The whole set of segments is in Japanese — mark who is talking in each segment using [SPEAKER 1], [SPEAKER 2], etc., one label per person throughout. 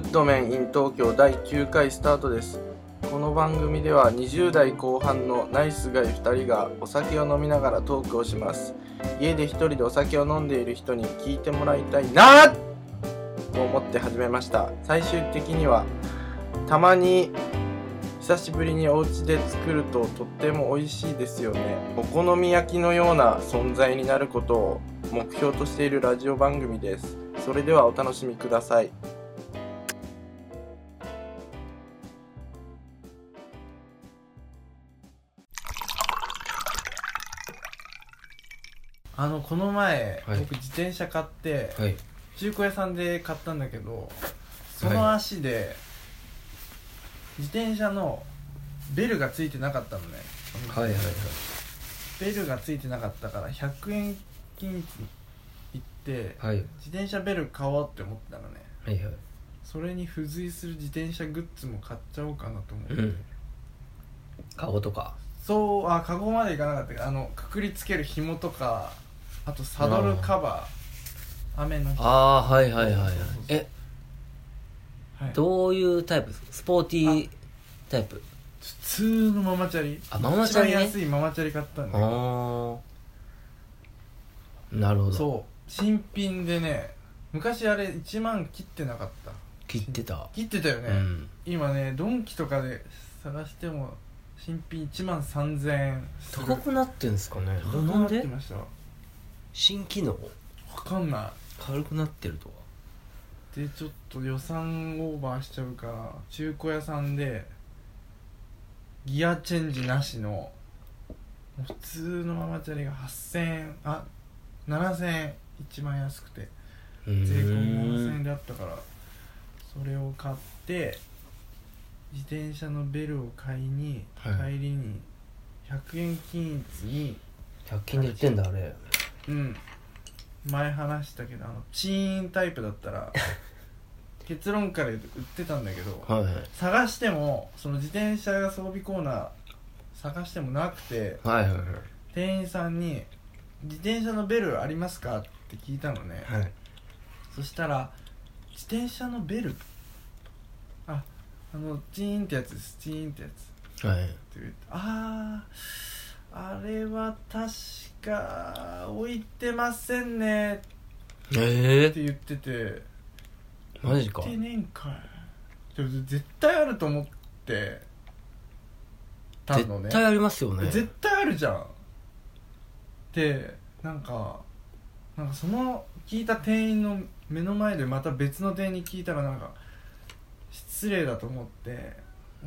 [SPEAKER 1] ットメン in 東京第9回スタートですこの番組では20代後半のナイスガイ2人がお酒を飲みながらトークをします家で一人でお酒を飲んでいる人に聞いてもらいたいなと思って始めました最終的にはたまに久しぶりにお家で作るととっても美味しいですよねお好み焼きのような存在になることを目標としているラジオ番組ですそれではお楽しみくださいあのこの前、
[SPEAKER 2] はい
[SPEAKER 1] 僕自転車買って
[SPEAKER 2] はい。
[SPEAKER 1] 中古屋さんで買ったんだけどその足で自転車のベルがついてなかったのね
[SPEAKER 2] はいはいはい。
[SPEAKER 1] ベルがついてなかったから100円均一行って
[SPEAKER 2] はい。
[SPEAKER 1] 自転車ベル買おうって思ってたのね
[SPEAKER 2] はいはい。
[SPEAKER 1] それに付随する自転車グッズも買っちゃおうかなと思って、
[SPEAKER 2] うん。顔とか。
[SPEAKER 1] そうあカゴまでいかなかったけどあのくくりつける紐とかあとサドルカバー雨の日
[SPEAKER 2] ああ、はいはいはいは
[SPEAKER 1] そう
[SPEAKER 2] い
[SPEAKER 1] そうそう。
[SPEAKER 2] え、
[SPEAKER 1] はい
[SPEAKER 2] どういうタイプですかスポーティータイプ。
[SPEAKER 1] 普通のママチャリ
[SPEAKER 2] あママチャリね
[SPEAKER 1] 一番安いママチャリ買ったん
[SPEAKER 2] あ
[SPEAKER 1] だ
[SPEAKER 2] あ
[SPEAKER 1] よ
[SPEAKER 2] ー。なるほど。
[SPEAKER 1] そう新品でね昔あれ1万切ってなかった
[SPEAKER 2] 切ってた。
[SPEAKER 1] 切ってたよね、
[SPEAKER 2] うん。
[SPEAKER 1] 今ねドンキとかで探しても新品1万3000円する
[SPEAKER 2] 高くなってんすかね
[SPEAKER 1] 高く
[SPEAKER 2] な
[SPEAKER 1] なんって
[SPEAKER 2] で
[SPEAKER 1] ましたわ
[SPEAKER 2] 新機能
[SPEAKER 1] かんな
[SPEAKER 2] 軽くなってるとか。
[SPEAKER 1] いでちょっと予算オーバーしちゃうから中古屋さんでギアチェンジなしの普通のママチャリが8000円あ7000円一番安くて
[SPEAKER 2] うーん
[SPEAKER 1] 税込7000円であったからそれを買って自転車のベルを買いに、
[SPEAKER 2] はい
[SPEAKER 1] 帰りに100円均一に
[SPEAKER 2] 100均で売ってんだ、あれ。
[SPEAKER 1] うん前話したけどあのチーンタイプだった ら結論から言うと売ってたんだけど
[SPEAKER 2] はいはい。
[SPEAKER 1] 探してもその自転車装備コーナー探してもなくて
[SPEAKER 2] はいはい
[SPEAKER 1] 店員さんに「自転車のベルありますか?」って聞いたのね、
[SPEAKER 2] はい。はい。
[SPEAKER 1] そしたら自転車のベルああのチーンってやつですチーンってやつ
[SPEAKER 2] はい。
[SPEAKER 1] って言ってあああれは確か置いてませんねっ
[SPEAKER 2] ええ
[SPEAKER 1] て言ってて
[SPEAKER 2] ー、マジか
[SPEAKER 1] 置い。てねえんかいでも絶対あると思ってたのね
[SPEAKER 2] 絶対ありますよね。
[SPEAKER 1] 絶対あるじゃんでなんかなんかその聞いた店員の目の前でまた別の店員に聞いたらなんか失礼だと思って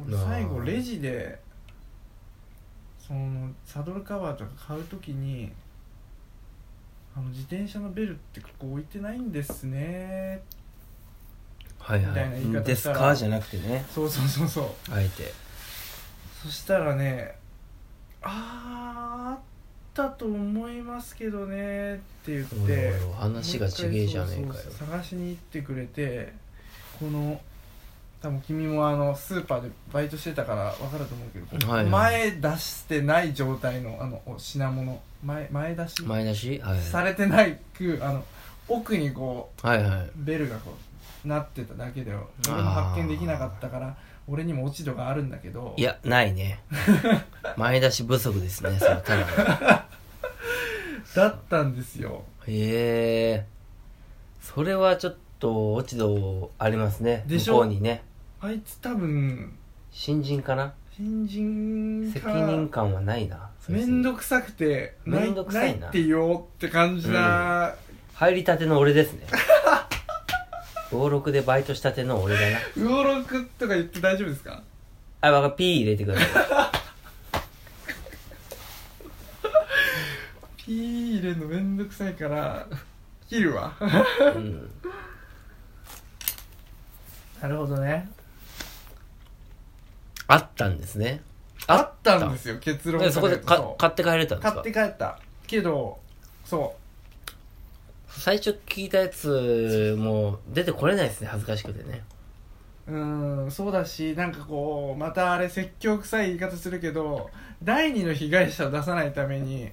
[SPEAKER 1] 俺
[SPEAKER 2] なあ
[SPEAKER 1] 最後レジでそのサドルカバーとか買う時に「あの自転車のベルってここ置いてないんですね
[SPEAKER 2] はい
[SPEAKER 1] み
[SPEAKER 2] は
[SPEAKER 1] たいな言い方したら
[SPEAKER 2] い。ですかじゃなくてね」。
[SPEAKER 1] そうそうそうそう
[SPEAKER 2] あえて。
[SPEAKER 1] そしたらね「あーあったと思いますけどね」って言っ
[SPEAKER 2] おいおい
[SPEAKER 1] て
[SPEAKER 2] おい話がちげえじゃねえかよ
[SPEAKER 1] そうそうそう探しに行ってくれてこの多分君もあのスーパーでバイトしてたから分かると思うけど、
[SPEAKER 2] はいはい
[SPEAKER 1] 前出してない状態のあのお品物前前出し
[SPEAKER 2] 前出しはい
[SPEAKER 1] されてないくあの奥にこう
[SPEAKER 2] はいはい
[SPEAKER 1] ベルがこうなってただけで俺も発見できなかったから俺にも落ち度があるんだけど
[SPEAKER 2] いやないね 前出し不足ですねそれただの
[SPEAKER 1] だったんですよ
[SPEAKER 2] へえそれはちょっと落ち度ありますね
[SPEAKER 1] でし
[SPEAKER 2] 向
[SPEAKER 1] ょ
[SPEAKER 2] こうにね
[SPEAKER 1] あいつ多分
[SPEAKER 2] 新人かな
[SPEAKER 1] 新人
[SPEAKER 2] 責
[SPEAKER 1] か
[SPEAKER 2] 任感はないなそいつに
[SPEAKER 1] 面倒くさくて
[SPEAKER 2] めんどくさいな
[SPEAKER 1] ないってよって感じな、
[SPEAKER 2] 入りたての俺です ね56でバイトしたての俺だな
[SPEAKER 1] 魚六とか言って大丈夫ですか
[SPEAKER 2] あわかピー入れてください
[SPEAKER 1] ピー入れるの面倒くさいから切るわ
[SPEAKER 2] うん
[SPEAKER 1] なるほどね
[SPEAKER 2] あったんです ね
[SPEAKER 1] あったんですよ結論
[SPEAKER 2] でそこで
[SPEAKER 1] から
[SPEAKER 2] か
[SPEAKER 1] 言うと
[SPEAKER 2] 買って帰れたんです
[SPEAKER 1] そう
[SPEAKER 2] か
[SPEAKER 1] 買って帰ったけどそ
[SPEAKER 2] 最初聞いたやつもう出てこれないですね恥ずかしくてね
[SPEAKER 1] ううーんそうだしなんかこうまたあれ説教臭い言い方するけど第二の被害者を出さないために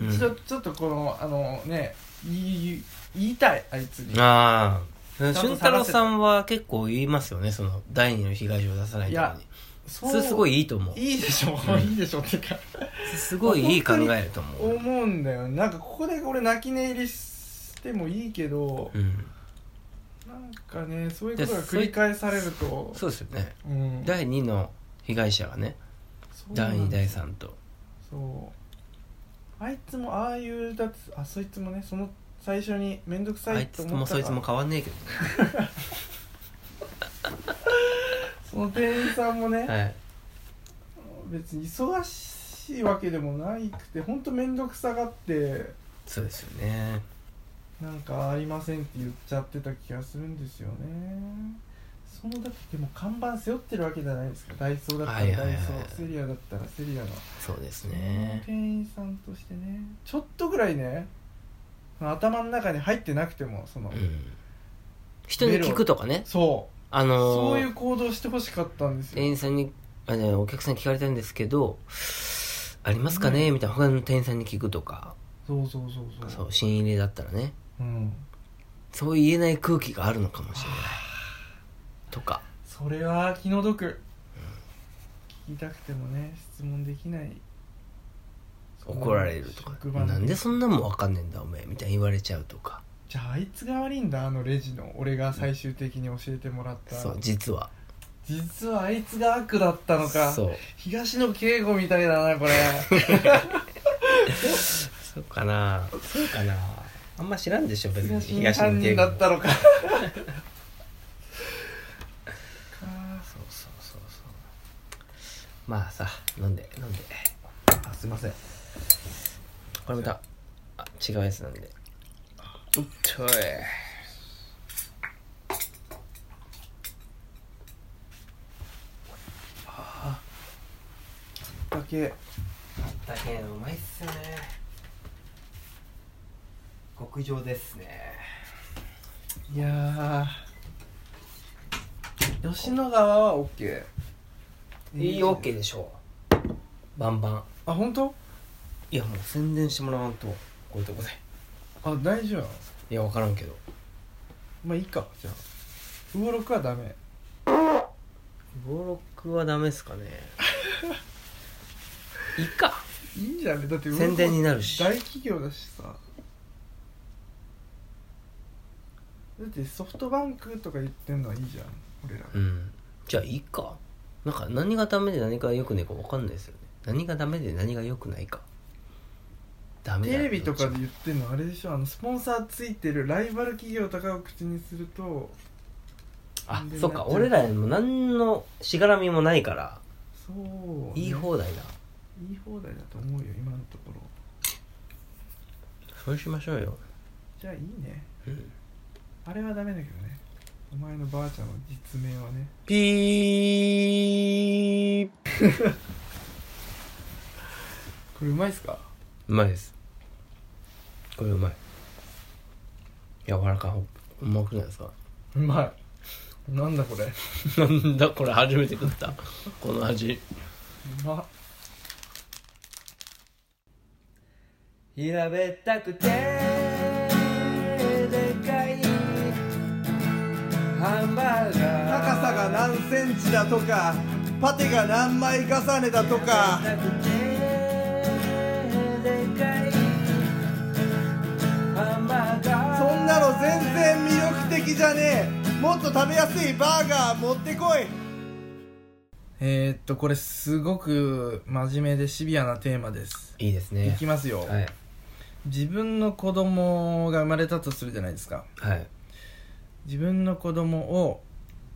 [SPEAKER 2] うん
[SPEAKER 1] ちょちょっとこのあのね言い言いたいあいつに
[SPEAKER 2] ああうん
[SPEAKER 1] ちゃんと探せ
[SPEAKER 2] 俊太郎さんは結構言いますよねその第二の被害者を出さないために
[SPEAKER 1] そ
[SPEAKER 2] それすごいいいと思う
[SPEAKER 1] いいでしょ、いいでしょっていうか
[SPEAKER 2] すごいいい考えると思う、
[SPEAKER 1] 思うんだよなんかここで俺泣き寝入りしてもいいけど
[SPEAKER 2] うん、
[SPEAKER 1] なんかねそういうことが繰り返されると
[SPEAKER 2] そうですよね
[SPEAKER 1] うん
[SPEAKER 2] 第二の被害者がね
[SPEAKER 1] そうな
[SPEAKER 2] 第
[SPEAKER 1] ん
[SPEAKER 2] 二
[SPEAKER 1] だ
[SPEAKER 2] 第三と
[SPEAKER 1] そうあいつもああいうだってあそいつもねその最初に面倒くさ
[SPEAKER 2] あ
[SPEAKER 1] い
[SPEAKER 2] い
[SPEAKER 1] と
[SPEAKER 2] つ
[SPEAKER 1] 思
[SPEAKER 2] も
[SPEAKER 1] ったか
[SPEAKER 2] そ
[SPEAKER 1] ら
[SPEAKER 2] いつも変わんねえけ
[SPEAKER 1] その店員さんもね、
[SPEAKER 2] どねはい
[SPEAKER 1] 別に忙しいわけでもないくて本当面倒くさがって
[SPEAKER 2] そうですよね
[SPEAKER 1] なんかありませんって言っちゃってた気がするんですよねそのだってでも看板背負ってるわけじゃないですかダイソーだったら
[SPEAKER 2] は
[SPEAKER 1] ダイ
[SPEAKER 2] いはいはいはい
[SPEAKER 1] ソーセリアだったらセリアの
[SPEAKER 2] そうです
[SPEAKER 1] その
[SPEAKER 2] ね
[SPEAKER 1] 店員さんとしてねちょっとぐらいね頭の中に入ってなくてもその、
[SPEAKER 2] うん人に聞くとかね
[SPEAKER 1] そう
[SPEAKER 2] あのー
[SPEAKER 1] そういう行動してほしかったんですよ
[SPEAKER 2] 店員さんにあのお客さんに聞かれたんですけどありますかねみたいな他の店員さんに聞くとか
[SPEAKER 1] そうそうそうそう
[SPEAKER 2] そう新入りだったらね
[SPEAKER 1] うん、
[SPEAKER 2] そう言えない空気があるのかもしれないとか
[SPEAKER 1] それは気の毒聞きたくてもね質問できない
[SPEAKER 2] 怒られるとか
[SPEAKER 1] 職場の
[SPEAKER 2] なんでそんなもん分かんねえんだおめえみたいに言われちゃうとか
[SPEAKER 1] じゃああいつが悪いんだあのレジの俺が最終的に教えてもらった
[SPEAKER 2] そう実は
[SPEAKER 1] 実はあいつが悪だったのか
[SPEAKER 2] そう
[SPEAKER 1] 東野圭吾みたいだなこれ
[SPEAKER 2] そうかなそうかなあんま知らんでしょ別 に
[SPEAKER 1] 東野犯人だったのかかあ
[SPEAKER 2] そうそうそうそうまあさ飲んで飲んで
[SPEAKER 1] あすいません
[SPEAKER 2] これまたあ違うやつなんでうっとい
[SPEAKER 1] だけ
[SPEAKER 2] だけどうまいっすよね極上ですね
[SPEAKER 1] いやー吉野川は OK
[SPEAKER 2] いい OK でしょうバンバン
[SPEAKER 1] あ本当
[SPEAKER 2] いやもう宣伝してもらわんとこういうとこで
[SPEAKER 1] あ大丈夫
[SPEAKER 2] いや分からんけど
[SPEAKER 1] まあいいかじゃあ魚六はダメ
[SPEAKER 2] 登録はダメっすかね いいか
[SPEAKER 1] いいんじゃねだって魚六
[SPEAKER 2] 宣伝になるし
[SPEAKER 1] 大企業だしさだってソフトバンクとか言ってんのはいいじゃん俺ら
[SPEAKER 2] うんじゃあいいかなんか何がダメで何が良くないか分かんないですよね何がダメで何が良くないかダメだ
[SPEAKER 1] テレビとか
[SPEAKER 2] ど
[SPEAKER 1] で
[SPEAKER 2] っち
[SPEAKER 1] 言ってんのあれでしょあのスポンサーついてるライバル企業とかを口にすると
[SPEAKER 2] あそうか俺らも何のしがらみもないから
[SPEAKER 1] そう、
[SPEAKER 2] 言い放題だ
[SPEAKER 1] いい放題だと思うよ今のところ
[SPEAKER 2] そうしましょうよ
[SPEAKER 1] じゃあいいね
[SPEAKER 2] うん
[SPEAKER 1] あれはダメだけどねお前のばあちゃんの実名はね
[SPEAKER 3] ピー
[SPEAKER 1] これうまいっすか
[SPEAKER 2] うまいですこれうまい柔らかいうまくないですか
[SPEAKER 1] うまいなんだこれう
[SPEAKER 2] なんだこれ初めて食ったこの味
[SPEAKER 1] ま
[SPEAKER 2] 平べったくてでかいハンバーガー
[SPEAKER 3] 高さが何センチだとかパテが何枚重ねだとか
[SPEAKER 2] 平べったくてでかいハンバーガー
[SPEAKER 3] そんなの全然魅力的じゃねえもっと食べやすいバーガー持ってこい
[SPEAKER 1] えー、っとこれすごく真面目でシビアなテーマです
[SPEAKER 2] いいです
[SPEAKER 1] い
[SPEAKER 2] ね
[SPEAKER 1] きますよ、
[SPEAKER 2] はい
[SPEAKER 1] 自分の子供が生まれたとするじゃないですか
[SPEAKER 2] はい
[SPEAKER 1] 自分の子供を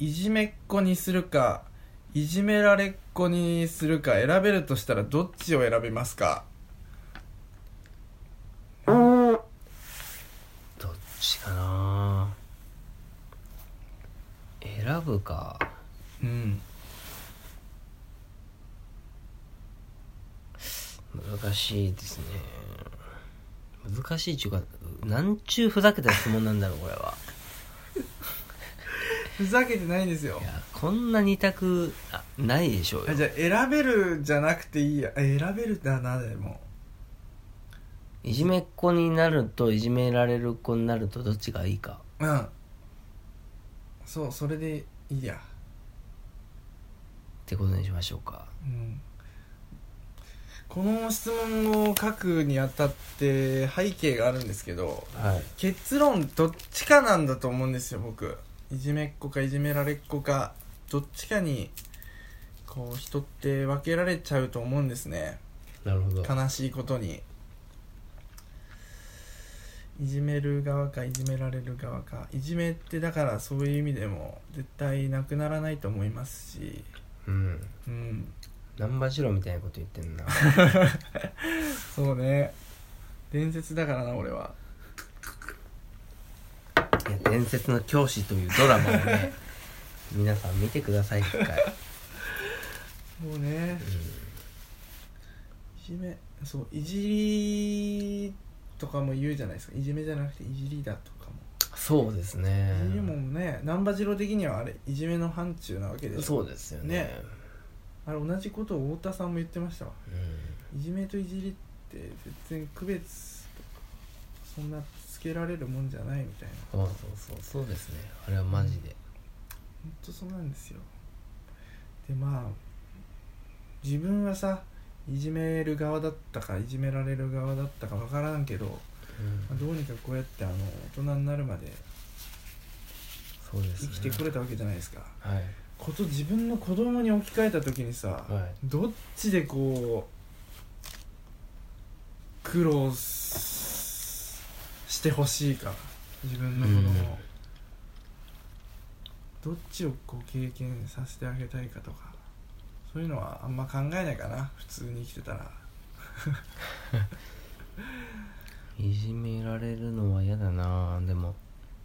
[SPEAKER 1] いじめっ子にするかいじめられっ子にするか選べるとしたらどっちを選びますか
[SPEAKER 2] どっちかな選ぶか
[SPEAKER 1] うん
[SPEAKER 2] 難しいですね難しいっていうかなんちゅうふざけた質問なんだろうこれは
[SPEAKER 1] ふざけてないんですよ
[SPEAKER 2] いやこんな二択あないでしょう
[SPEAKER 1] あ
[SPEAKER 2] よ
[SPEAKER 1] じゃあ選べるじゃなくていいやあ選べるだなでも
[SPEAKER 2] いじめっ子になるといじめられる子になるとどっちがいいか
[SPEAKER 1] うんそうそれでいいや
[SPEAKER 2] てことにしましょうか
[SPEAKER 1] うんこの質問を書くにあたって背景があるんですけど
[SPEAKER 2] はい
[SPEAKER 1] 結論どっちかなんだと思うんですよ僕いじめっ子かいじめられっ子かどっちかにこう人って分けられちゃうと思うんですね
[SPEAKER 2] なるほど
[SPEAKER 1] 悲しいことにいじめる側かいじめられる側かいじめってだからそういう意味でも絶対なくならないと思いますし
[SPEAKER 2] うん
[SPEAKER 1] うん
[SPEAKER 2] 難波次郎みたいなこと言ってんな
[SPEAKER 1] そうね伝説だからな俺はい
[SPEAKER 2] や伝説の教師というドラマをね 皆さん見てください一回、
[SPEAKER 1] そうねいじめそういじりとかも言うじゃないですかいじめじゃなくていじりだとかも
[SPEAKER 2] そうですね
[SPEAKER 1] いじりもね難波次郎的にはあれいじめの範疇なわけでしょ
[SPEAKER 2] そうですよね
[SPEAKER 1] ねあれ同じことを太田さんも言ってましたわいじめといじりって全然区別とかそんなつけられるもんじゃないみたいな
[SPEAKER 2] うん、そうそうそうそうですねあれはマジで
[SPEAKER 1] ほんとそうなんですよでまあ自分はさいじめる側だったかいじめられる側だったかわからんけど、まあどうにかこうやってあの大人になるまで
[SPEAKER 2] そうで
[SPEAKER 1] 生
[SPEAKER 2] すね
[SPEAKER 1] きてこれたわけじゃないですか
[SPEAKER 2] はい
[SPEAKER 1] こと自分の子供に置き換えた時にさ、
[SPEAKER 2] はい
[SPEAKER 1] どっちでこう苦労すしてほしいか自分の子供を、どっちをこう経験させてあげたいかとかそういうのはあんま考えないかな普通に生きてたら
[SPEAKER 2] いじめられるのは嫌だなでも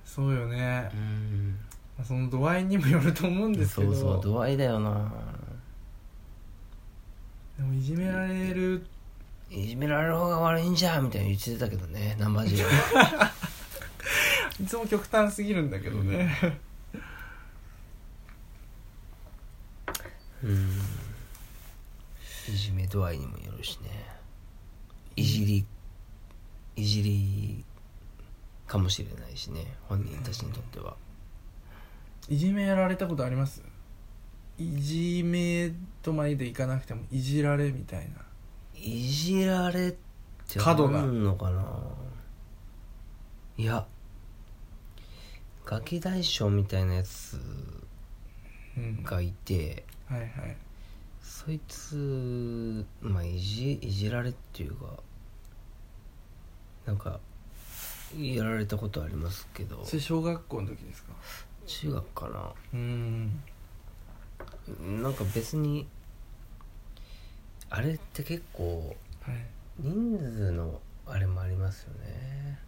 [SPEAKER 1] そうよね
[SPEAKER 2] う、ん
[SPEAKER 1] まあその度合いにもよると思うんですけ
[SPEAKER 2] そ
[SPEAKER 1] ど
[SPEAKER 2] うそう度合いだよな
[SPEAKER 1] でもいじめられる
[SPEAKER 2] いじめられる方が悪いんじゃんみたいに言ってたけどね難波次郎は
[SPEAKER 1] いつも極端すぎるんだけどね、
[SPEAKER 2] うん いじめ度合いにもよるしねいじりいじりかもしれないしね本人たちにとっては、
[SPEAKER 1] いじめられたことありますいじめとまでいかなくてもいじられみたいない
[SPEAKER 2] じられって
[SPEAKER 1] 過度な
[SPEAKER 2] あるのかな。いや、ガキ大将みたいなやつ
[SPEAKER 1] うんは
[SPEAKER 2] がいて、
[SPEAKER 1] いはい
[SPEAKER 2] そいつ、まあ、いじ、いじられっていうか、なんか、やられたことありますけど
[SPEAKER 1] そ、れ小学校の時ですか
[SPEAKER 2] 中学かな。
[SPEAKER 1] うん
[SPEAKER 2] なんか別に、あれって結構、
[SPEAKER 1] はい
[SPEAKER 2] 人数のあれもありますよね。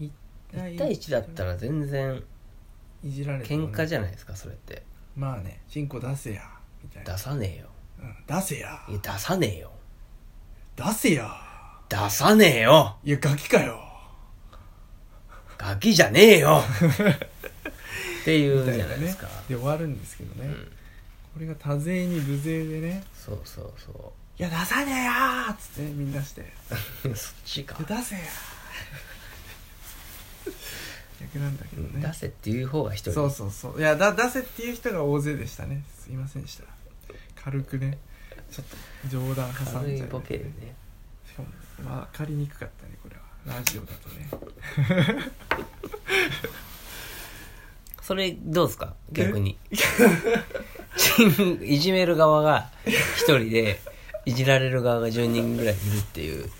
[SPEAKER 2] 1対1だったら全然
[SPEAKER 1] いじられても
[SPEAKER 2] 喧嘩
[SPEAKER 1] ね
[SPEAKER 2] じゃないですかそれって
[SPEAKER 1] まあねチンコ出せやみたいな
[SPEAKER 2] 出さねえよ
[SPEAKER 1] うん出せや
[SPEAKER 2] いや出さねえよ
[SPEAKER 1] 出せや
[SPEAKER 2] 出さねえよ
[SPEAKER 1] いやガキかよ
[SPEAKER 2] ガキじゃねえよっていうじゃないですか、
[SPEAKER 1] で終わるんですけどね、
[SPEAKER 2] うん
[SPEAKER 1] これが多勢に無勢でね
[SPEAKER 2] そうそう そ
[SPEAKER 1] 「いや出さねえや!」っつってねみんなして
[SPEAKER 2] うそっちか
[SPEAKER 1] 「出 せや!」逆なんだけどね
[SPEAKER 2] 出せっていう方が一人
[SPEAKER 1] そうそうそういやだ出せっていう人が大勢でしたねすいませんでした軽くねちょっと冗談挟ん
[SPEAKER 2] 軽い
[SPEAKER 1] じゃいましたね
[SPEAKER 2] ボケでね
[SPEAKER 1] しかも分かりにくかったねこれはラジオだとね
[SPEAKER 2] それどうですか逆に チームいじめる側が一人でいじられる側が10人ぐらいいるっていう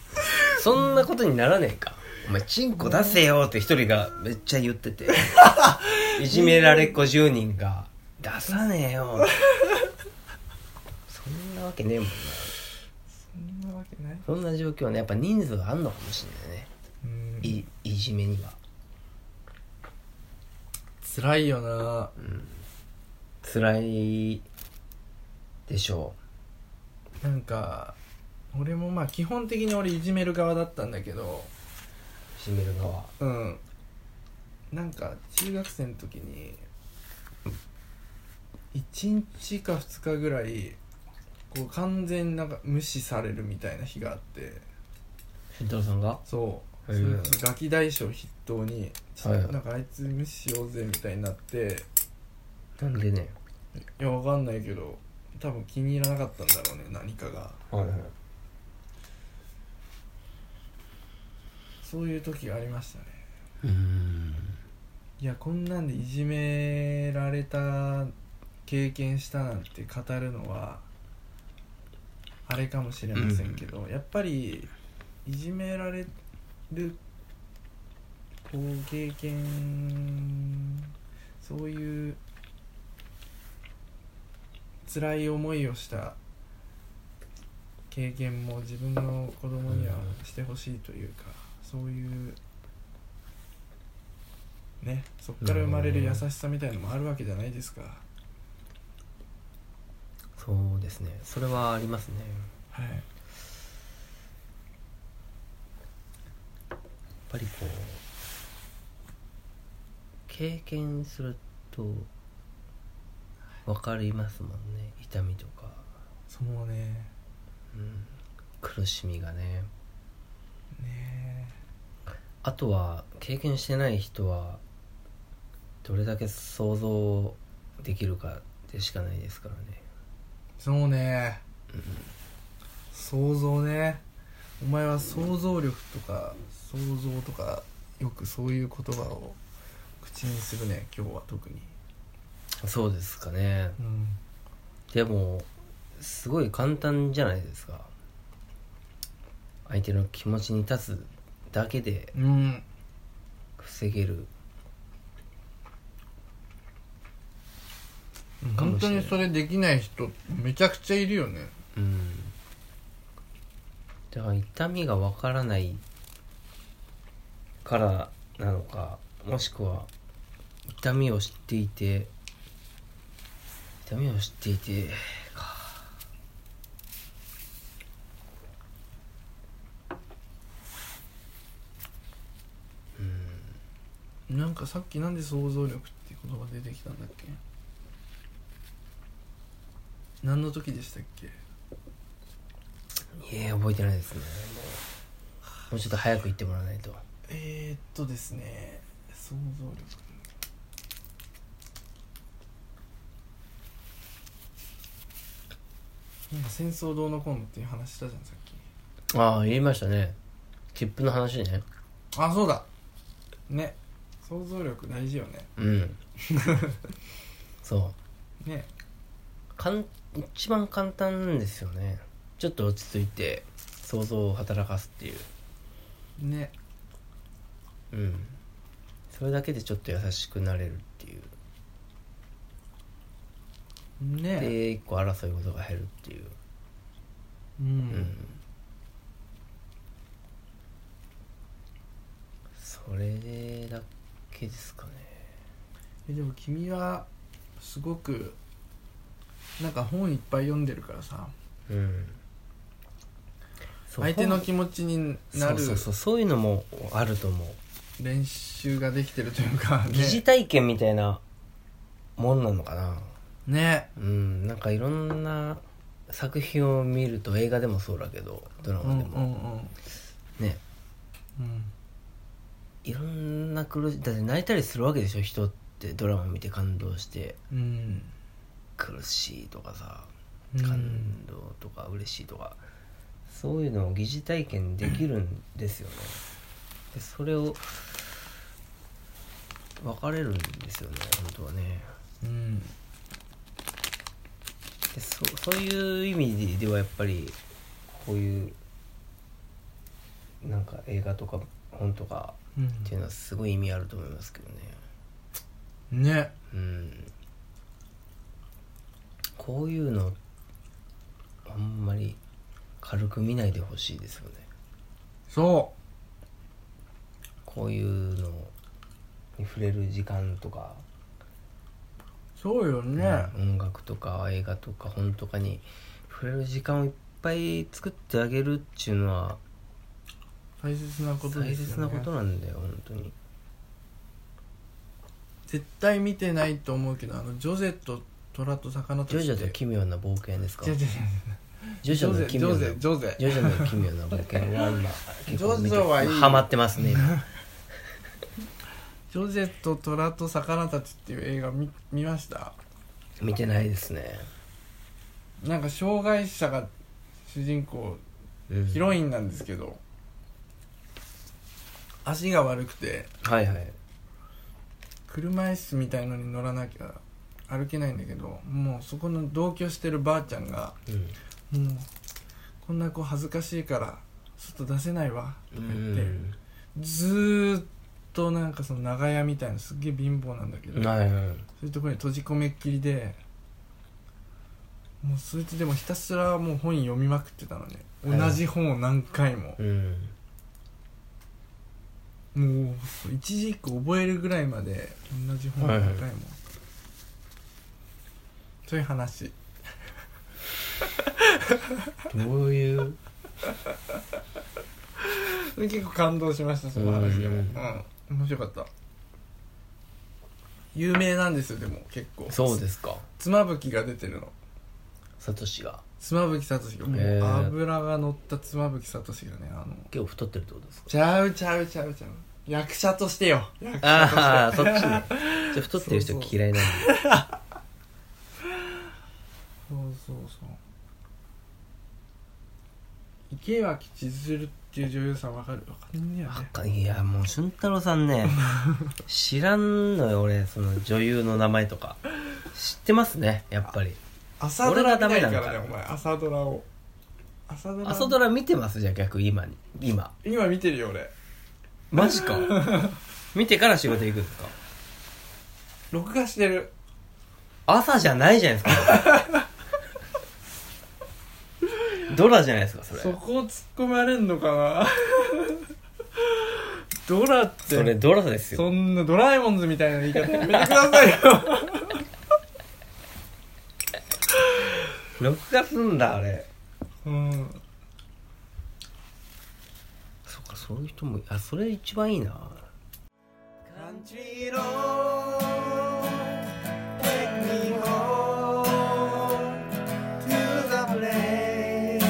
[SPEAKER 2] そんなことにならねえかお前チンコ出せよって一人がめっちゃ言ってていじめられっ子10人が出さねえよそんなわけねえもんな
[SPEAKER 1] そんなわけない
[SPEAKER 2] そんな状況はねやっぱ人数があんのかもしれないね
[SPEAKER 1] うん
[SPEAKER 2] いいじめには
[SPEAKER 1] 辛いよな
[SPEAKER 2] 辛いでしょ
[SPEAKER 1] なんか俺もまあ基本的に俺いじめる側だったんだけど
[SPEAKER 2] ういじめる側
[SPEAKER 1] うんなんか中学生の時に1日か2日ぐらいこう完全になんか無視されるみたいな日があって
[SPEAKER 2] 慎太郎さんが
[SPEAKER 1] そうそれこそガキ大将筆頭に、ちょっと
[SPEAKER 2] はい
[SPEAKER 1] なんかあいつ無視しようぜみたいになって
[SPEAKER 2] なんでね
[SPEAKER 1] いやわかんないけど多分気に入らなかったんだろうね何かが
[SPEAKER 2] はいはい
[SPEAKER 1] そういう時がありましたね
[SPEAKER 2] うーん
[SPEAKER 1] いやこんなんでいじめられた経験したなんて語るのはあれかもしれませんけど、やっぱりいじめられるこう経験そういう辛い思いをした経験も自分の子供にはしてほしいというか、そういうねそっから生まれる優しさみたいのもあるわけじゃないですか、
[SPEAKER 2] そうですねそれはありますね
[SPEAKER 1] はい
[SPEAKER 2] やっぱりこう経験すると分かりますもんね痛みとか、
[SPEAKER 1] そうね
[SPEAKER 2] うん、苦しみがね
[SPEAKER 1] ね
[SPEAKER 2] あとは経験してない人はどれだけ想像できるかでしかないですからね
[SPEAKER 1] そうね想像ねお前は想像力とか想像とかよくそういう言葉を口にするね今日は特に
[SPEAKER 2] そうですかね
[SPEAKER 1] うん
[SPEAKER 2] でもすごい簡単じゃないですか相手の気持ちに立つだけで
[SPEAKER 1] うん
[SPEAKER 2] 防げるか
[SPEAKER 1] 本
[SPEAKER 2] もし
[SPEAKER 1] 当
[SPEAKER 2] れない
[SPEAKER 1] にそれできない人めちゃくちゃいるよね
[SPEAKER 2] うんだから痛みがわからないからなのかもしくは痛みを知っていて痛みを知っていてかうん
[SPEAKER 1] なんかさっきなんで想像力って言葉出てきたんだっけ何の時でしたっけ
[SPEAKER 2] いえ覚えてないですねもうもうちょっと早く言ってもらわないと
[SPEAKER 1] えー、っとですね想像力なんか戦争どうのこうのっていう話したじゃんさっき
[SPEAKER 2] ああ言いましたね切符の話ね
[SPEAKER 1] あそうだね想像力大事よね
[SPEAKER 2] うんそう
[SPEAKER 1] ね
[SPEAKER 2] かん一番簡単なんですよねちょっと落ち着いて想像を働かすっていう
[SPEAKER 1] ね
[SPEAKER 2] うんそれだけでちょっと優しくなれるっていう
[SPEAKER 1] ね
[SPEAKER 2] で一個争い事が減るっていう
[SPEAKER 1] うん、
[SPEAKER 2] うんそれだけですかね
[SPEAKER 1] えでも君はすごくなんか本いっぱい読んでるからさ
[SPEAKER 2] うんそう
[SPEAKER 1] 相手の気持ちになる
[SPEAKER 2] そうそうそうそういうのもあると思う
[SPEAKER 1] 練習ができてるというか
[SPEAKER 2] 疑似
[SPEAKER 1] ね
[SPEAKER 2] 体験みたいなもんなのかな、
[SPEAKER 1] ね
[SPEAKER 2] うんなんかいろんな作品を見ると映画でもそうだけどドラ
[SPEAKER 1] うんう
[SPEAKER 2] マ
[SPEAKER 1] ん
[SPEAKER 2] でも、ね
[SPEAKER 1] うん
[SPEAKER 2] いろんな苦しだって泣いたりするわけでしょ人ってドラマ見て感動して
[SPEAKER 1] うん
[SPEAKER 2] 苦しいとかさ
[SPEAKER 1] うん
[SPEAKER 2] 感動とか嬉しいとか、そういうのを疑似体験できるんですよねでそれを分かれるんですよね本当はね
[SPEAKER 1] うん
[SPEAKER 2] でそそういう意味ではやっぱりこういうなんか映画とか本とか
[SPEAKER 1] うん
[SPEAKER 2] っていうのはすごい意味あると思いますけどね
[SPEAKER 1] ね
[SPEAKER 2] うんこういうのあんまり軽く見ないでほしいですよね
[SPEAKER 1] そ
[SPEAKER 2] こういうのに触れる時間とか、
[SPEAKER 1] うそうよね、
[SPEAKER 2] うん音楽とか映画とか本とかに触れる時間をいっぱい作ってあげるっていうのは
[SPEAKER 1] 大切なこと
[SPEAKER 2] 大
[SPEAKER 1] ですよね
[SPEAKER 2] 切なことなんだよ本当に
[SPEAKER 1] 絶対見てないと思うけどあのジョゼと虎と魚た
[SPEAKER 2] ジョ
[SPEAKER 1] ち
[SPEAKER 2] ジ
[SPEAKER 1] っ
[SPEAKER 2] ョと
[SPEAKER 1] て
[SPEAKER 2] 奇妙な冒険ですか
[SPEAKER 1] 違う違う違う
[SPEAKER 2] ジョジョの奇妙な
[SPEAKER 1] ジョゼジョゼ
[SPEAKER 2] ジョジョの奇妙な冒険は今結構見て
[SPEAKER 1] ジョジョはいい
[SPEAKER 2] ハマってますね今
[SPEAKER 1] ジョゼと虎と魚たちっていう映画見見ました
[SPEAKER 2] 見てないですね、
[SPEAKER 1] なんか障害者が主人公
[SPEAKER 2] うん、
[SPEAKER 1] ヒロインなんですけど足が悪くて
[SPEAKER 2] はいはい
[SPEAKER 1] 車椅子みたいのに乗らなきゃ歩けないんだけどもうそこの同居してるばあちゃんが「
[SPEAKER 2] う
[SPEAKER 1] もうこんな子恥ずかしいから外出せないわ」と
[SPEAKER 2] ん
[SPEAKER 1] か言って、ずーっとなんかその長屋みたいなすっげえ貧乏なんだけど、
[SPEAKER 2] はいはい
[SPEAKER 1] そういうところに閉じ込めっきりでもうそいつでもひたすらもう本読みまくってたのね
[SPEAKER 2] はい
[SPEAKER 1] 同じ本を何回も、
[SPEAKER 2] うん
[SPEAKER 1] もう一字一句覚えるぐらいまで同じ本を何回も、
[SPEAKER 2] はいは
[SPEAKER 1] そういう話
[SPEAKER 2] どういう
[SPEAKER 1] 結構感動しましたその話でも
[SPEAKER 2] う
[SPEAKER 1] うんん、面白かった有名なんですよでも結構
[SPEAKER 2] そうですか
[SPEAKER 1] 妻夫木が出てるの
[SPEAKER 2] サトシが
[SPEAKER 1] 妻夫木聡がも
[SPEAKER 2] へ
[SPEAKER 1] う
[SPEAKER 2] ー
[SPEAKER 1] 油が乗った妻夫木聡がねあの
[SPEAKER 2] 結構太ってるってことですか
[SPEAKER 1] ちゃうちゃうちゃうちゃう役者としてよ役者
[SPEAKER 2] ああそっちねじゃあ太ってる人嫌いなんで
[SPEAKER 1] としてそうそうそう池脇千鶴っていう女優さんわかるわかんねえよね
[SPEAKER 2] かいやもう俊太郎さん ね知らんのよ俺その女優の名前とか知ってますねやっぱり
[SPEAKER 1] 朝ドラ見ないか
[SPEAKER 2] 俺がダメ
[SPEAKER 1] らね
[SPEAKER 2] なの
[SPEAKER 1] お前朝ドラを朝ドラ
[SPEAKER 2] 朝ドラ見てますじゃあ逆今に今
[SPEAKER 1] 今見てるよ俺
[SPEAKER 2] マジか 見てから仕事行くんですか
[SPEAKER 1] 録画してる
[SPEAKER 2] 朝じゃないじゃないですか ドラじゃないですかそれ
[SPEAKER 1] そこを突っ込まれんのかな ドラって
[SPEAKER 2] それドラですよ
[SPEAKER 1] そんなドラえもんズみたいな言い方やめてください よ
[SPEAKER 2] 録画すんだあれ
[SPEAKER 1] うん
[SPEAKER 2] そっかそういう人もあそれ一番いいな
[SPEAKER 1] 感じろ Take me home to the place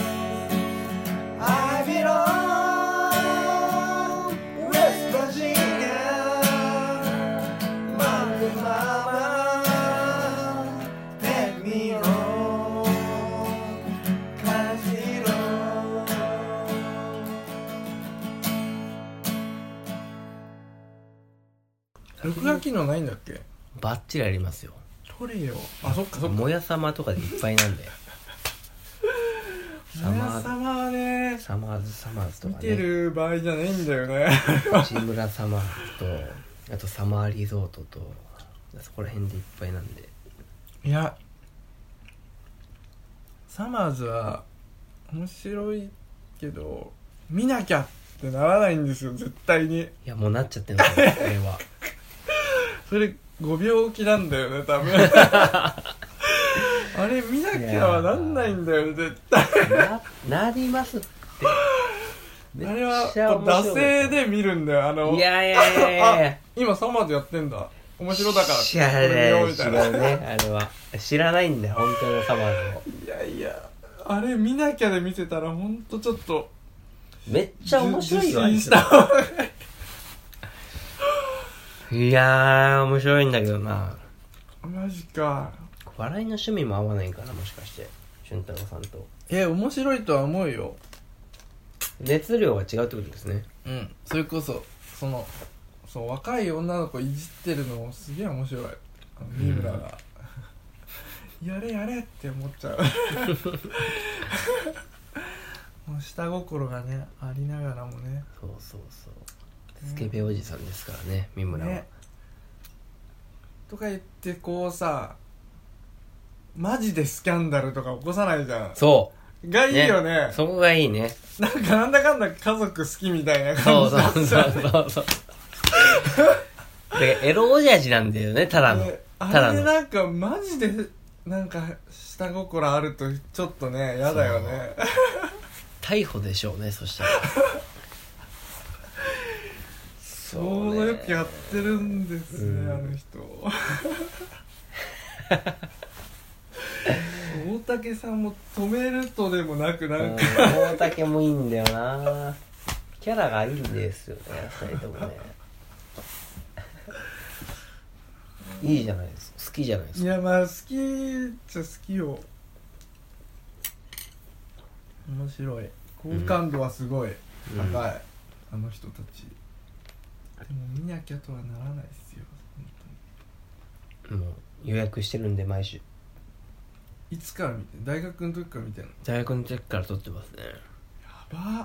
[SPEAKER 1] I belong West Virginia Mama's mama Take me home 感じろ録画機能ないんだっけ
[SPEAKER 2] バッチリありますよ
[SPEAKER 1] 取れよあそっかそっか
[SPEAKER 2] もやさまとかでいっぱいな んでサマーズ
[SPEAKER 1] 様はね
[SPEAKER 2] サマーズサマーズと
[SPEAKER 1] 見
[SPEAKER 2] か
[SPEAKER 1] て
[SPEAKER 2] ね
[SPEAKER 1] る場合じゃないんだよね
[SPEAKER 2] 内村サマーズとあとサマーリゾートとそこら辺でいっぱいなんで
[SPEAKER 1] いやサマーズは面白いけど見なきゃってならないんですよ絶対に
[SPEAKER 2] いやもうなっちゃってるんですよこれ は
[SPEAKER 1] それ5秒置きなんだよね多 分あれ見なきゃはなんないんだよね絶対
[SPEAKER 2] ななりますって
[SPEAKER 1] あれ
[SPEAKER 2] め
[SPEAKER 1] は
[SPEAKER 2] っちゃ
[SPEAKER 1] こう惰
[SPEAKER 2] 面白
[SPEAKER 1] 性
[SPEAKER 2] い
[SPEAKER 1] で見るんだよあの
[SPEAKER 2] いやいやいやいやいや
[SPEAKER 1] あ今サマーズやってんだ 面白だから
[SPEAKER 2] 知らない
[SPEAKER 1] これ見ようみたいな
[SPEAKER 2] 違うねあれは知らないんだよ本当のサマーズを
[SPEAKER 1] いやいやあれ見なきゃで見てたらほんとちょっと
[SPEAKER 2] めっちゃ面白いよあい
[SPEAKER 1] 受
[SPEAKER 2] つ
[SPEAKER 1] 信した方が
[SPEAKER 2] いやー面白いんだけどな
[SPEAKER 1] マジか
[SPEAKER 2] 笑いの趣味も合わないんかなもしかして俊太郎さんと
[SPEAKER 1] え面白いとは思うよ
[SPEAKER 2] 熱量が違うってことですね
[SPEAKER 1] うんそれこそそのそう若い女の子いじってるのもすげえ面白いあの三村が、 やれやれって思っち ゃうもう下心がねありながらもね
[SPEAKER 2] そうそうそうスケベおじさんですからね三村は、
[SPEAKER 1] ねとか言ってこうさマジでスキャンダルとか起こさないじゃん
[SPEAKER 2] そ
[SPEAKER 1] が
[SPEAKER 2] う
[SPEAKER 1] いいよね
[SPEAKER 2] そこがいいね
[SPEAKER 1] なんかなんだかんだ家族好きみたいな
[SPEAKER 2] そ
[SPEAKER 1] 感
[SPEAKER 2] う
[SPEAKER 1] じ
[SPEAKER 2] そう
[SPEAKER 1] だった
[SPEAKER 2] そうそう そうでエロおじやじなんだよねただの
[SPEAKER 1] で
[SPEAKER 2] ただ
[SPEAKER 1] あれ
[SPEAKER 2] の
[SPEAKER 1] なんかマジでなんか下心あるとちょっとねやだよね
[SPEAKER 2] 逮捕でしょうねそしたら
[SPEAKER 1] そう
[SPEAKER 2] うね
[SPEAKER 1] よくやってるんです ね、
[SPEAKER 2] うん
[SPEAKER 1] あの人相大竹さんも止めるとでもなくなんか
[SPEAKER 2] うん大竹もいいんだよなキャラがいいんですよね2人と もねいいじゃないですか好きじゃないで
[SPEAKER 1] い
[SPEAKER 2] すか
[SPEAKER 1] やまあ好きっちゃ好きよ面白い好感度はすごい高い、
[SPEAKER 2] うん
[SPEAKER 1] あの人たちでも見なきゃとはならないですよ本当に
[SPEAKER 2] もう予約してるんで毎週
[SPEAKER 1] いつから見て大学の時から見てんの
[SPEAKER 2] 大学の時から撮ってますね
[SPEAKER 1] やば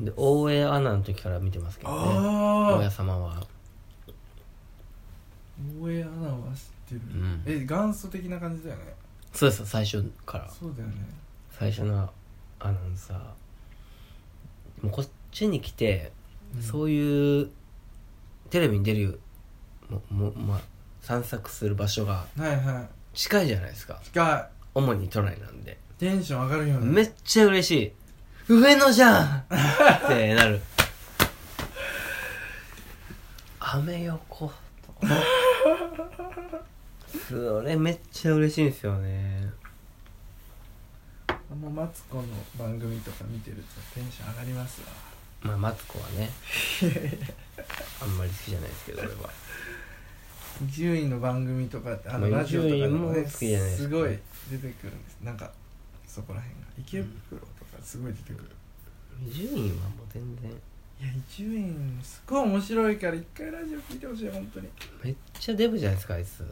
[SPEAKER 1] っ
[SPEAKER 2] で大江アナの時から見てますけどね
[SPEAKER 1] あ
[SPEAKER 2] 大
[SPEAKER 1] あ
[SPEAKER 2] 家様は
[SPEAKER 1] 大江アナは知ってる、
[SPEAKER 2] うん
[SPEAKER 1] え元祖的な感じだよね
[SPEAKER 2] そうです最初から
[SPEAKER 1] そうだよね
[SPEAKER 2] 最初のアナウンサーもうこっちに来て、そういうテレビに出るももまあ散策する場所が
[SPEAKER 1] はいは
[SPEAKER 2] 近いじゃないですか
[SPEAKER 1] い近
[SPEAKER 2] 主に都内なんで、
[SPEAKER 1] いテンション上がるよね
[SPEAKER 2] めっちゃ嬉しい上野じゃんってなるアメ横とそれめっちゃ嬉しいんですよね
[SPEAKER 1] あのマツコの番組とか見てるとテンション上がります わ
[SPEAKER 2] まあマツコはねあんまり好きじゃないですけど俺は
[SPEAKER 1] 10位の番組とかってあの
[SPEAKER 2] まあ
[SPEAKER 1] ラジオとかでも
[SPEAKER 2] 伊集院
[SPEAKER 1] ね
[SPEAKER 2] も好
[SPEAKER 1] す
[SPEAKER 2] きじゃないですか
[SPEAKER 1] ごい出てくるんですなんかそこら辺が池袋とかすごい出てくる、
[SPEAKER 2] 伊集院はもう全然
[SPEAKER 1] いや伊集院もすごい面白いから一回ラジオ聞いてほしい本当に
[SPEAKER 2] めっちゃデブじゃないですかあいつ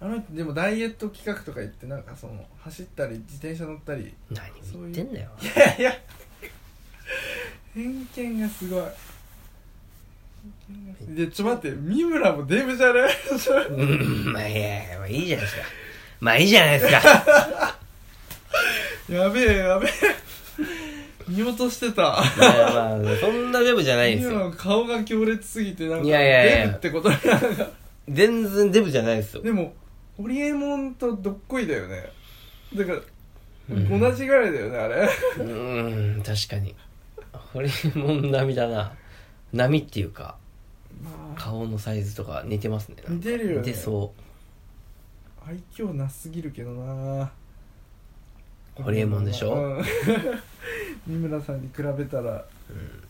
[SPEAKER 1] あの人でもダイエット企画とか言ってなんかその走ったり自転車乗ったり
[SPEAKER 2] 何言ってんだよ
[SPEAKER 1] いやいや偏見がすごい偏見がすごいでちょっと待って三村もデブじゃない
[SPEAKER 2] うんまあいやいやまあいいじゃないですかまあいいじゃないですか
[SPEAKER 1] やべえやべえ見落としてた
[SPEAKER 2] まあまあそんなデブじゃないんです
[SPEAKER 1] 今
[SPEAKER 2] よ
[SPEAKER 1] の顔が強烈すぎてなんか
[SPEAKER 2] いやいやいや
[SPEAKER 1] デブってことになるな
[SPEAKER 2] 全然デブじゃないですよ
[SPEAKER 1] でもホリエモンとどっこいだよねだから、
[SPEAKER 2] うん
[SPEAKER 1] 同じぐらいだよねあれ
[SPEAKER 2] うーん確かにホリエモン並みだな波っていうか
[SPEAKER 1] まあ
[SPEAKER 2] 顔のサイズとか似てますねなんか
[SPEAKER 1] 似てるよね
[SPEAKER 2] 似てそ
[SPEAKER 1] 愛嬌なすぎるけどな
[SPEAKER 2] ホリエモンでしょ
[SPEAKER 1] うん 三村さんに比べたら
[SPEAKER 2] う、うん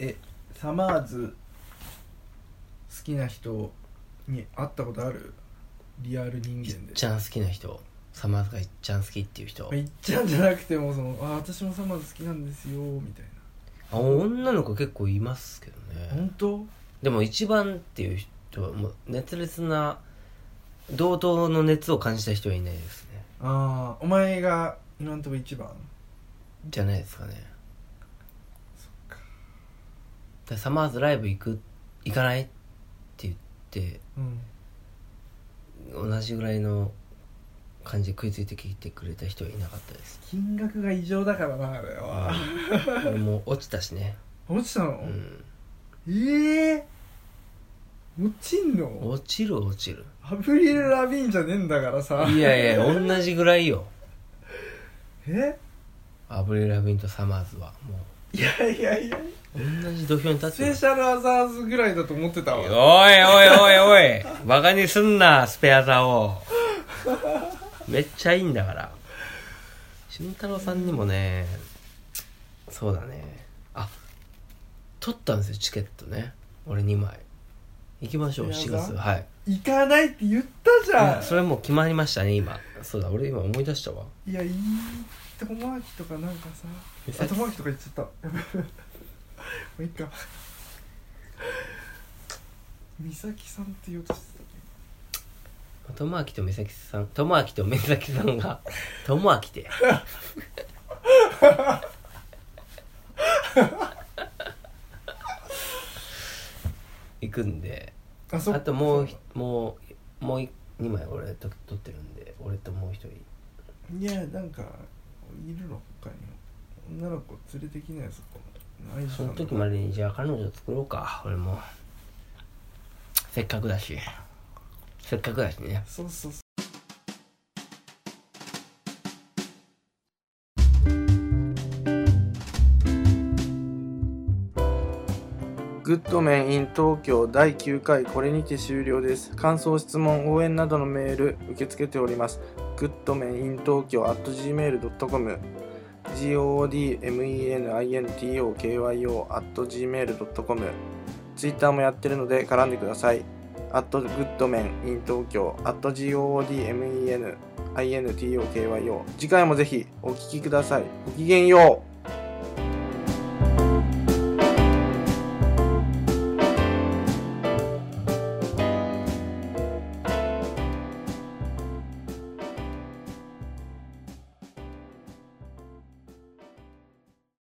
[SPEAKER 1] えサマーズ好きな人に会ったことあるリアル人
[SPEAKER 2] いっ
[SPEAKER 1] 間で
[SPEAKER 2] ちゃん好きな人サマーズがいっちゃん好きっていう人
[SPEAKER 1] まあいっちゃんじゃなくてもそのあ私もサマーズ好きなんですよみたい
[SPEAKER 2] あ女の子結構いますけど
[SPEAKER 1] な
[SPEAKER 2] ね
[SPEAKER 1] 本当
[SPEAKER 2] でも一番っていう人はもう熱烈な同等の熱を感じた人はいないですね
[SPEAKER 1] ああお前が今んとこ一番
[SPEAKER 2] じゃないですかねでサマーズライブ行く行かないって言って
[SPEAKER 1] うん
[SPEAKER 2] 同じぐらいの感じで食いついて聞いてくれた人はいなかったです
[SPEAKER 1] 金額が異常だからなあれは
[SPEAKER 2] 俺もう落ちたしね、
[SPEAKER 1] 落ちたの
[SPEAKER 2] う、ん、
[SPEAKER 1] ええ落ちんの
[SPEAKER 2] 落ちる落ちる
[SPEAKER 1] アブリル・ラビーンじゃねえんだからさ
[SPEAKER 2] いやいや同じぐらいよ
[SPEAKER 1] え
[SPEAKER 2] アブリル・ラビンとサマーズはも
[SPEAKER 1] いやいやいや
[SPEAKER 2] う同じ土俵に立っ
[SPEAKER 1] ス
[SPEAKER 2] て
[SPEAKER 1] ペ
[SPEAKER 2] ます
[SPEAKER 1] シャルアザーズぐらいだと思ってた
[SPEAKER 2] おい
[SPEAKER 1] わ
[SPEAKER 2] おいおいおいバカにすんなスペア座をめっちゃいいんだから俊太郎さんにもねそうだねあ取ったんですよチケットね俺2枚行きましょう
[SPEAKER 1] ス
[SPEAKER 2] 7
[SPEAKER 1] ペア座
[SPEAKER 2] 月はい
[SPEAKER 1] 行かないって言ったじ
[SPEAKER 2] い
[SPEAKER 1] ゃ
[SPEAKER 2] やそれもう決まりましたね今そうだ俺今思い出したわ
[SPEAKER 1] んいやいい友明とかなんかさあ友明とか言っちゃったもういいか美咲さんって言おうとしてた
[SPEAKER 2] 友明と美咲さん友明と美咲さん が友明で行くんで
[SPEAKER 1] あそっ
[SPEAKER 2] あともうひもうもうい2枚俺と取ってるんで俺ともう一人
[SPEAKER 1] いやなんかいるの他にも女の子連れてきなよそこないじゃ
[SPEAKER 2] そ
[SPEAKER 1] ん
[SPEAKER 2] の時までにじゃあ彼女作ろうか俺もせっかくだしせっかくだしね
[SPEAKER 1] そうそうそ
[SPEAKER 3] グッドメン in 東京第9回これにて終了です。感想、質問、応援などのメール受け付けております。グッドメン in 東京 at gmail.com godmeninTokyo at gmail.com ツイッターもやってるので絡んでください。at goodman in 東京 at godmeninTokyo 次回もぜひお聞きください。ごきげんよう